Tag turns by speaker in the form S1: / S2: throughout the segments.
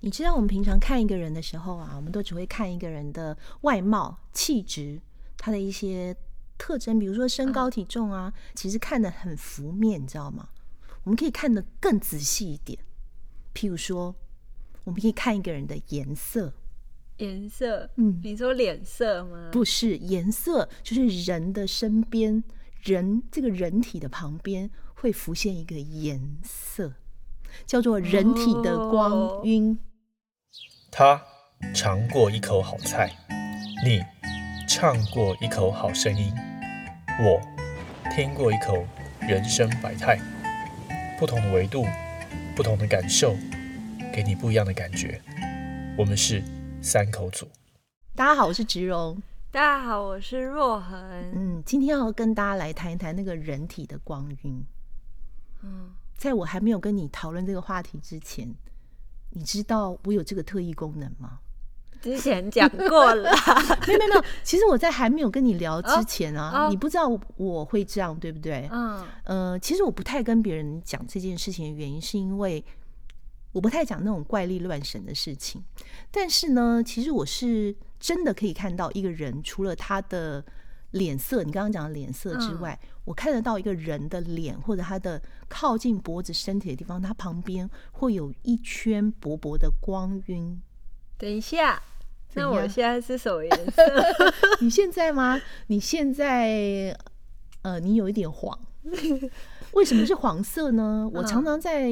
S1: 你知道我们平常看一个人的时候啊，我们都只会看一个人的外貌、气质，他的一些特征，比如说身高、体重啊，其实看得很浮面，你知道吗？我们可以看得更仔细一点，譬如说，我们可以看一个人的颜色，
S2: 颜色，
S1: 嗯
S2: 你说脸色吗？
S1: 不是颜色，就是人的身边，人这个人体的旁边会浮现一个颜色，叫做人体的
S2: 哦
S1: 光晕。
S3: 他尝过一口好菜，你唱过一口好声音，我听过一口人生百态。不同的维度，不同的感受，给你不一样的感觉。我们是三口组。
S1: 大家好，我是植荣。
S2: 大家好，我是若恒。
S1: 嗯，今天要跟大家来谈一谈那个人体的光晕。
S2: 嗯，
S1: 在我还没有跟你讨论这个话题之前，你知道我有这个特异功能 吗？
S2: 之前讲 过了，
S1: 没有没有没有，其实我在还没有跟你聊之前啊，
S2: 哦哦
S1: 你不知道我会这样，对不对？
S2: 嗯，
S1: 呃，其实我不太跟别人讲这件事情的原因，是因为我不太讲那种怪力乱神的事情。但是呢，其实我是真的可以看到一个人，除了他的脸色，你刚刚讲的脸色之外，我看得到一个人的脸或者他的靠近脖子、身体的地方，他旁边会有一圈薄薄的光晕。
S2: 等一下，
S1: 怎
S2: 那
S1: 样
S2: 我现在是什么颜色？
S1: 你现在吗？你现在，呃，你有一点黄，为什么是黄色呢？我常常在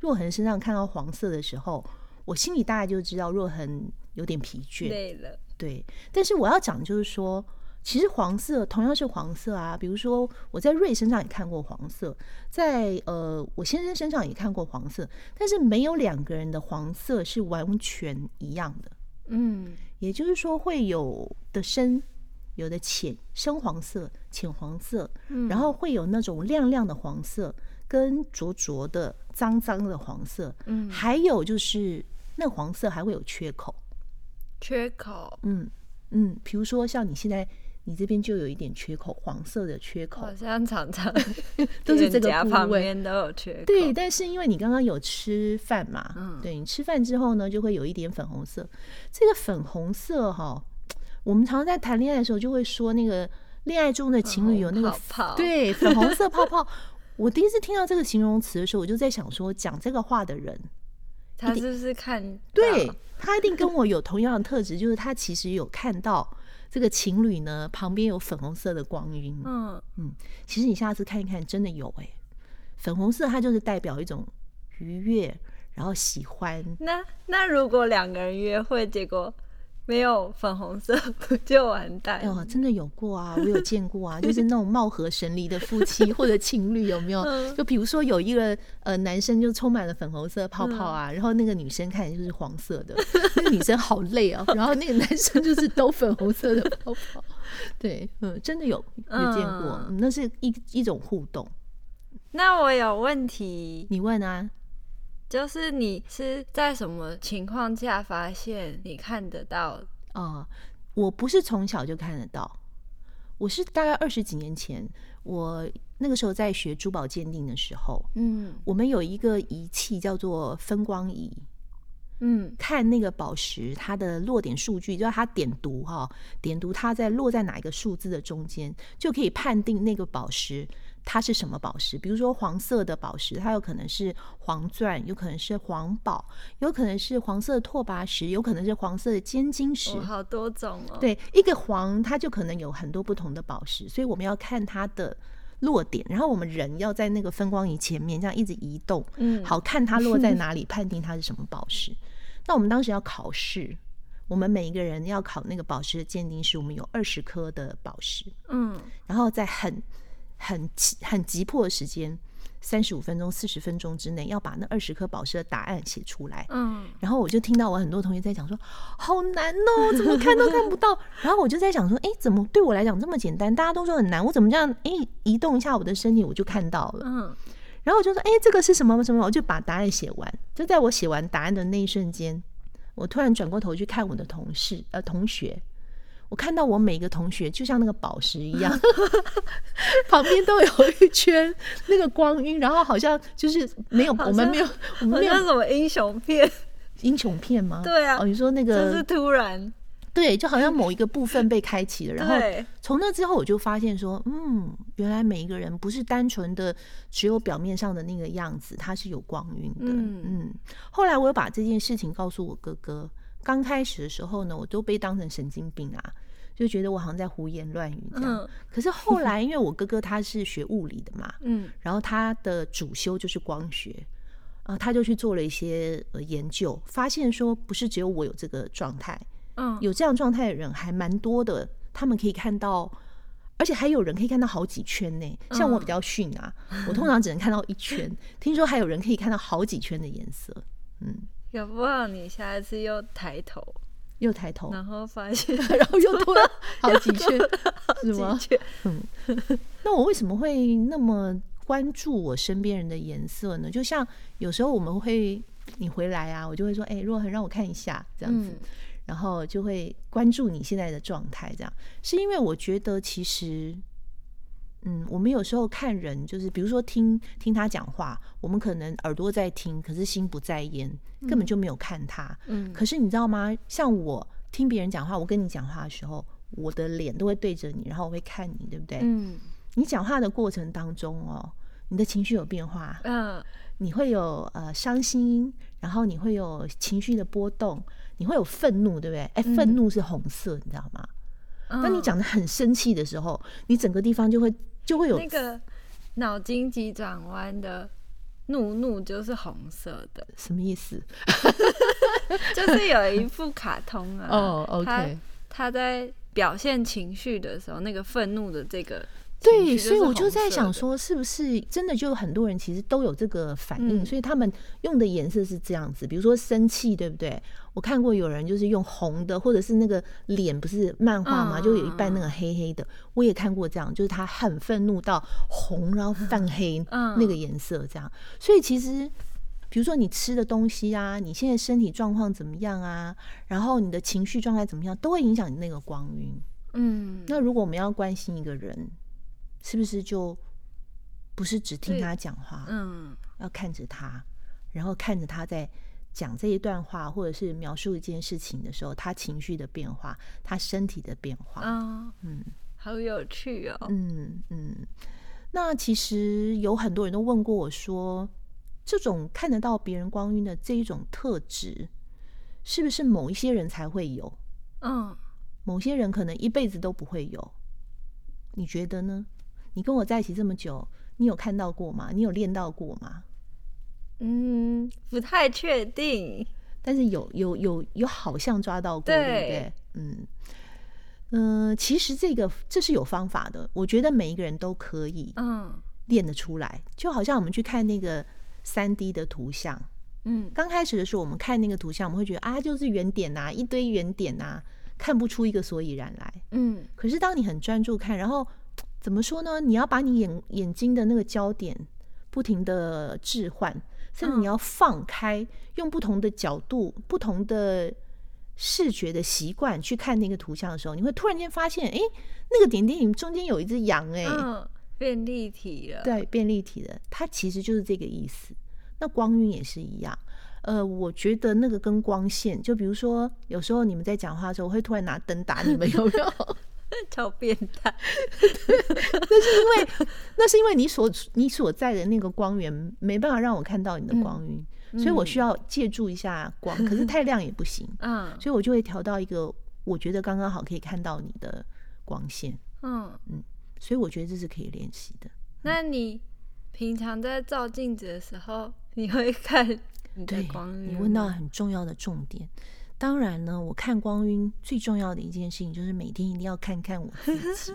S1: 若恒身上看到黄色的时候，我心里大概就知道若恒有点疲倦。
S2: 累了，
S1: 对，但是我要讲的就是说，其实黄色同样是黄色啊，比如说我在瑞身上也看过黄色，在呃我先生身上也看过黄色，但是没有两个人的黄色是完全一样的。
S2: 嗯，
S1: 也就是说会有的深，有的浅，深黄色、浅黄色，
S2: 嗯
S1: 然后会有那种亮亮的黄色，跟浊浊的、脏脏的黄色，
S2: 嗯
S1: 还有就是那黄色还会有缺口，
S2: 缺口，
S1: 嗯嗯，比如说像你现在。你这边就有一点缺口，黄色的缺口
S2: 好，像常常
S1: 都是这个
S2: 脸颊
S1: 部
S2: 旁
S1: 位
S2: 边都有缺口，
S1: 对，但是因为你刚刚有吃饭嘛，
S2: 嗯
S1: 对你吃饭之后呢，就会有一点粉红色。这个粉红色哈，我们常常在谈恋爱的时候就会说，那个恋爱中的情侣有那个
S2: 粉红泡泡
S1: 对粉红色 泡泡。我第一次听到这个形容词的时候，我就在想说，讲这个话的人，
S2: 嗯他是不是看到
S1: 对他一定跟我有同样的特质，就是他其实有看到这个情侣呢旁边有粉红色的光晕。
S2: 嗯，
S1: 其实你下次看一看，真的有哎、粉红色它就是代表一种愉悦，然后喜欢。
S2: 那那如果两个人约会，结果没有粉红色， 不就完蛋
S1: 哎？呦，真的有过 啊，我有见过啊，就是那种貌合神离的夫妻或者情侣，有没有？
S2: 嗯
S1: 就比如说有一个呃男生就充满了粉红色泡泡
S2: 嗯
S1: 啊，然后那个女生看起来就是黄色的，那个女生好累 哦，然后那个男生就是都粉红色的泡泡。对，嗯，真的有有见过，
S2: 嗯
S1: 那是一一种互动。
S2: 那我有问题，
S1: 你问啊，
S2: 就是你是在什么情况下发现你看得到？
S1: 啊、我不是从小就看得到，我是大概二十几年前，我那个时候在学珠宝鉴定的时候，
S2: 嗯
S1: 我们有一个仪器叫做分光仪，
S2: 嗯
S1: 看那个宝石它的落点数据，就是它点读哈、点读它在落在哪一个数字的中间，就可以判定那个宝石它是什么宝石。比如说黄色的宝石，它有可能是黄钻，有可能是黄宝，有可能是黄色的拓跋石，有可能是黄色的尖晶石。
S2: 哦，好多种哦。，
S1: 对，一个黄它就可能有很多不同的宝石，所以我们要看它的落点，然后我们人要在那个分光仪前面这样一直移动，
S2: 嗯
S1: 好看它落在哪里，判定它是什么宝石。那我们当时要考试，我们每一个人要考那个宝石的鉴定师，我们有二十颗的宝石，
S2: 嗯
S1: 然后在很很急很急迫的时间，三十五分钟、四十分钟之内，要把那二十颗宝石的答案写出来。
S2: 嗯
S1: 然后我就听到我很多同学在讲说，好难哦，怎么看都看不 到。然后我就在想说，哎，怎么对我来讲这么简单？大家都说很难，我怎么这样？哎，移动一下我的身体，我就看到了。
S2: 嗯，
S1: 然后我就说，哎，这个是什么什么？我就把答案写完。就在我写完答案的那一瞬间，我突然转过头去看我的同事呃同学。我看到我每个同学就像那个宝石一 样，旁边都有一圈那个光晕，然后好像就是没有我们没有我
S2: 好
S1: 们没有
S2: 像什么英雄片，
S1: 英雄片吗？
S2: 对啊
S1: 哦，你说那
S2: 就
S1: 个
S2: 是突然，
S1: 对，就好像某一个部分被开启了，然后
S2: 对
S1: 从那之后，我就发现说，嗯，原来每一个人不是单纯的只有表面上的那个样子，他是有光晕的。
S2: 嗯
S1: 后来我有把这件事情告诉我哥哥。刚开始的时候呢，我都被当成神经病啊，就觉得我好像在胡言乱语这样。
S2: 嗯
S1: 可是后来，因为我哥哥他是学物理的嘛，
S2: 嗯
S1: 然后他的主修就是光学，啊、他就去做了一些呃研究，发现说不是只有我有这个状态，
S2: 嗯，
S1: 有这样状态的人还蛮多的，他们可以看到，而且还有人可以看到好几圈呢。像我比较逊啊，我通常只能看到一圈，听说还有人可以看到好几圈的颜色。嗯，
S2: 搞不好你下一次又抬头，
S1: 又抬头，
S2: 然后发 现
S1: 然后又多了好几圈，是吗
S2: 的？确
S1: 那我为什么会那么关注我身边人的颜色呢？就像有时候我们会，你回来啊，我就会说，哎、若恒让我看一下，这样子。
S2: 嗯
S1: 然后就会关注你现在的状态，这样是因为我觉得其实，嗯，我们有时候看人，就是比如说听听他讲话，我们可能耳朵在听，可是心不在焉，根本就没有看他。
S2: 嗯
S1: 可是你知道吗？像我听别人讲话，我跟你讲话的时候，我的脸都会对着你，然后我会看你，对不对？
S2: 嗯
S1: 你讲话的过程当中哦，你的情绪有变化，
S2: 嗯
S1: 你会有呃伤心，然后你会有情绪的波动，你会有愤怒，对不对？哎、
S2: 嗯
S1: 愤怒是红色，你知道吗？当你
S2: 嗯
S1: 讲的很生气的时候，你整个地方就会就会有
S2: 那个脑筋急转弯的怒怒就是红色的，
S1: 什么意思？
S2: 就是有一部卡通啊，
S1: 哦
S2: 它
S1: 它
S2: 他在表现情绪的时候，那个愤怒的这个情绪
S1: 对，
S2: 是
S1: 所以我就
S2: 红色
S1: 在
S2: 的
S1: 想，说，是不是真的就有很多人其实都有这个反应，
S2: 嗯
S1: 所以他们用的颜色是这样子，比如说生气，对不对？我看过有人就是用红的，或者是那个脸不是漫画嘛，
S2: 嗯
S1: 就有一半那个黑黑的，我也看过这样，就是他很愤怒到红，然后泛黑、
S2: 嗯
S1: 那个颜色这样，所以其实。比如说你吃的东西啊，你现在身体状况怎么样啊？然后你的情绪状态怎么样，都会影响你那个光晕。
S2: 嗯，
S1: 那如果我们要关心一个人，是不是就不是只听他讲话，
S2: 嗯
S1: 要看着他，然后看着他在讲这一段话，或者是描述一件事情的时候，他情绪的变化，他身体的变化。
S2: 啊
S1: 嗯
S2: 好有趣哦，
S1: 嗯嗯。那其实有很多人都问过我说，这种看得到别人光晕的这一种特质，是不是某一些人才会有，
S2: 嗯，
S1: 某些人可能一辈子都不会有。你觉得呢？你跟我在一起这么久，你有看到过吗？你有练到过吗？
S2: 嗯，不太确定，
S1: 但是有有有有好像抓到过，对
S2: 对
S1: 不对？嗯嗯、呃其实这个这是有方法的，我觉得每一个人都可以
S2: 嗯
S1: 练得出来。就好像我们去看那个三 D 的图像，
S2: 嗯
S1: 刚开始的时候我们看那个图像，我们会觉得啊，就是圆点呐、一堆圆点呐、看不出一个所以然来。
S2: 嗯
S1: 可是当你很专注看，然后怎么说呢？你要把你眼眼睛的那个焦点不停的置换，甚至你
S2: 嗯
S1: 要放开，用不同的角度、不同的视觉的习惯去看那个图像的时候，你会突然间发现，哎、那个点点里中间有一只羊、诶，哎、
S2: 嗯，变立体了，
S1: 对，变立体的，它其实就是这个意思。那光晕也是一样。呃，我觉得那个跟光线，就比如说，有时候你们在讲话的时候，我会突然拿灯打你们，有没有？
S2: 超变态，
S1: 那是因为你所你所在的那个光源没办法让我看到你的
S2: 嗯
S1: 光晕，所以我需要借助一下光， 可是太亮也不行，
S2: 嗯
S1: 所以我就会调到一个我觉得刚刚好可以看到你的光线，
S2: 嗯，
S1: 所以我觉得这是可以练习的。
S2: 那你平常在照镜子的时候，你会看你的
S1: 对
S2: 光，晕
S1: 你问到
S2: 吗
S1: 很重要的重点。当然呢，我看光晕最重要的一件事情就是每天一定要看看我自 己。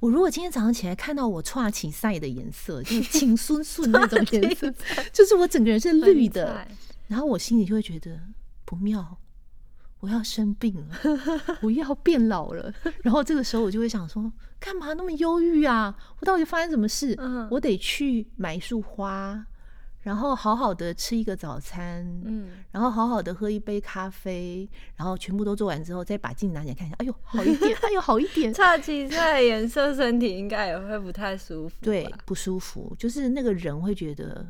S1: 我如果今天早上起来看到我串起赛的颜色， 就是青순순那种颜色，就是我整个人是绿的，
S2: 分菜
S1: 然后我心里就会觉得不妙，我要生病 了，我要变老了。然后这个时候我就会想说，干嘛那么忧郁啊？我到底发生什么事？
S2: 嗯
S1: 我得去买一束花，然后好好的吃一个早餐，
S2: 嗯
S1: 然后好好的喝一杯咖啡，然后全部都做完之后，再把镜子拿起来看一下，哎呦好一 点，哎呦好一点。
S2: 差其他的颜色，身体应该也会不太舒服吧。
S1: 对，不舒服，就是那个人会觉得，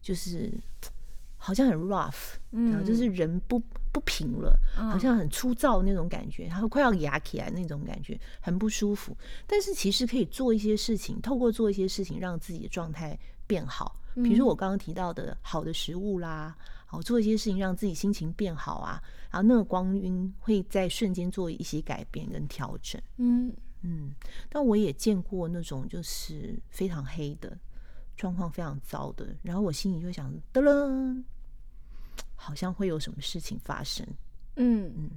S1: 就是好像很 rough，然后
S2: 嗯，
S1: 就是人不不平了，好
S2: 好
S1: 像很粗糙那种感觉，然后快要压起来那种感觉，很不舒服。但是其实可以做一些事情，透过做一些事情让自己的状态变好，比如说我刚刚提到的好的食物啦，好做一些事情让自己心情变好啊，然后那个光晕会在瞬间做一些改变跟调整。
S2: 嗯
S1: 嗯，但我也见过那种就是非常黑的状况，非常糟的，然后我心里就想，噔噔，好像会有什么事情发生。
S2: 嗯
S1: 嗯
S2: 嗯，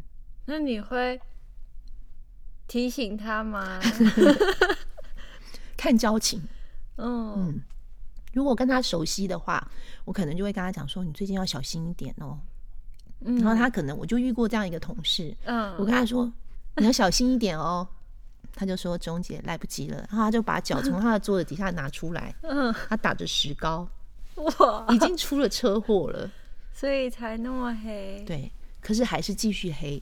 S2: 那你会提醒 他吗？
S1: 看交情，
S2: 嗯
S1: 如果跟他熟悉的话，我可能就会跟他讲说，你最近要小心一点哦。
S2: 嗯，
S1: 然后他可能我就遇过这样一个同事，
S2: 嗯，
S1: 我跟他说你要小心一点哦， 他就说钟姐来不及了，然后他就把脚从他的桌子底下拿出来，
S2: 嗯
S1: 他打着石 膏，
S2: 哇，
S1: 已经出了车祸了，
S2: 所以才那么黑，
S1: 对，可是还是继续黑，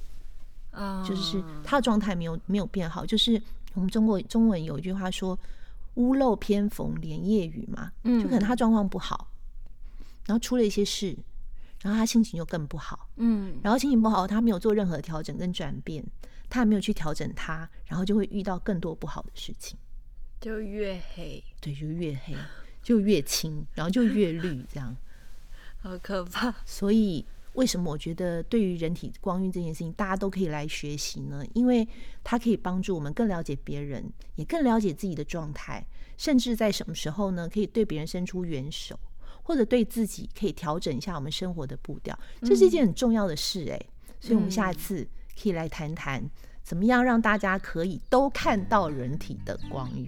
S2: 啊，
S1: 就是他的状态没有没有变好，就是我们中国中文有一句话说“屋漏偏逢连夜雨”嘛，就可能他状况不好，然后出了一些事，然后他心情就更不好，
S2: 嗯
S1: 然后心情不好，他没有做任何调整跟转变，他也没有去调整他，然后就会遇到更多不好的事情，
S2: 就越黑，
S1: 对，就越黑就越青，然后就越绿这样，
S2: 好可怕，
S1: 所以为什么我觉得对于人体光晕这件事情，大家都可以来学习呢？因为它可以帮助我们更了解别人，也更了解自己的状态，甚至在什么时候呢，可以对别人伸出援手，或者对自己可以调整一下我们生活的步调，这是一件很重要的事哎、所以我们下次可以来谈谈。怎么样让大家可以都看到人体的光晕？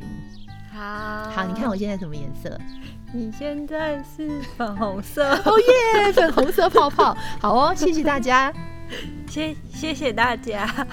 S2: 好，
S1: 好，你看我现在什么颜色？
S2: 你现在是粉红色，
S1: 哦耶，粉红色泡泡。好哦，谢谢大家。
S2: 谢谢谢大家。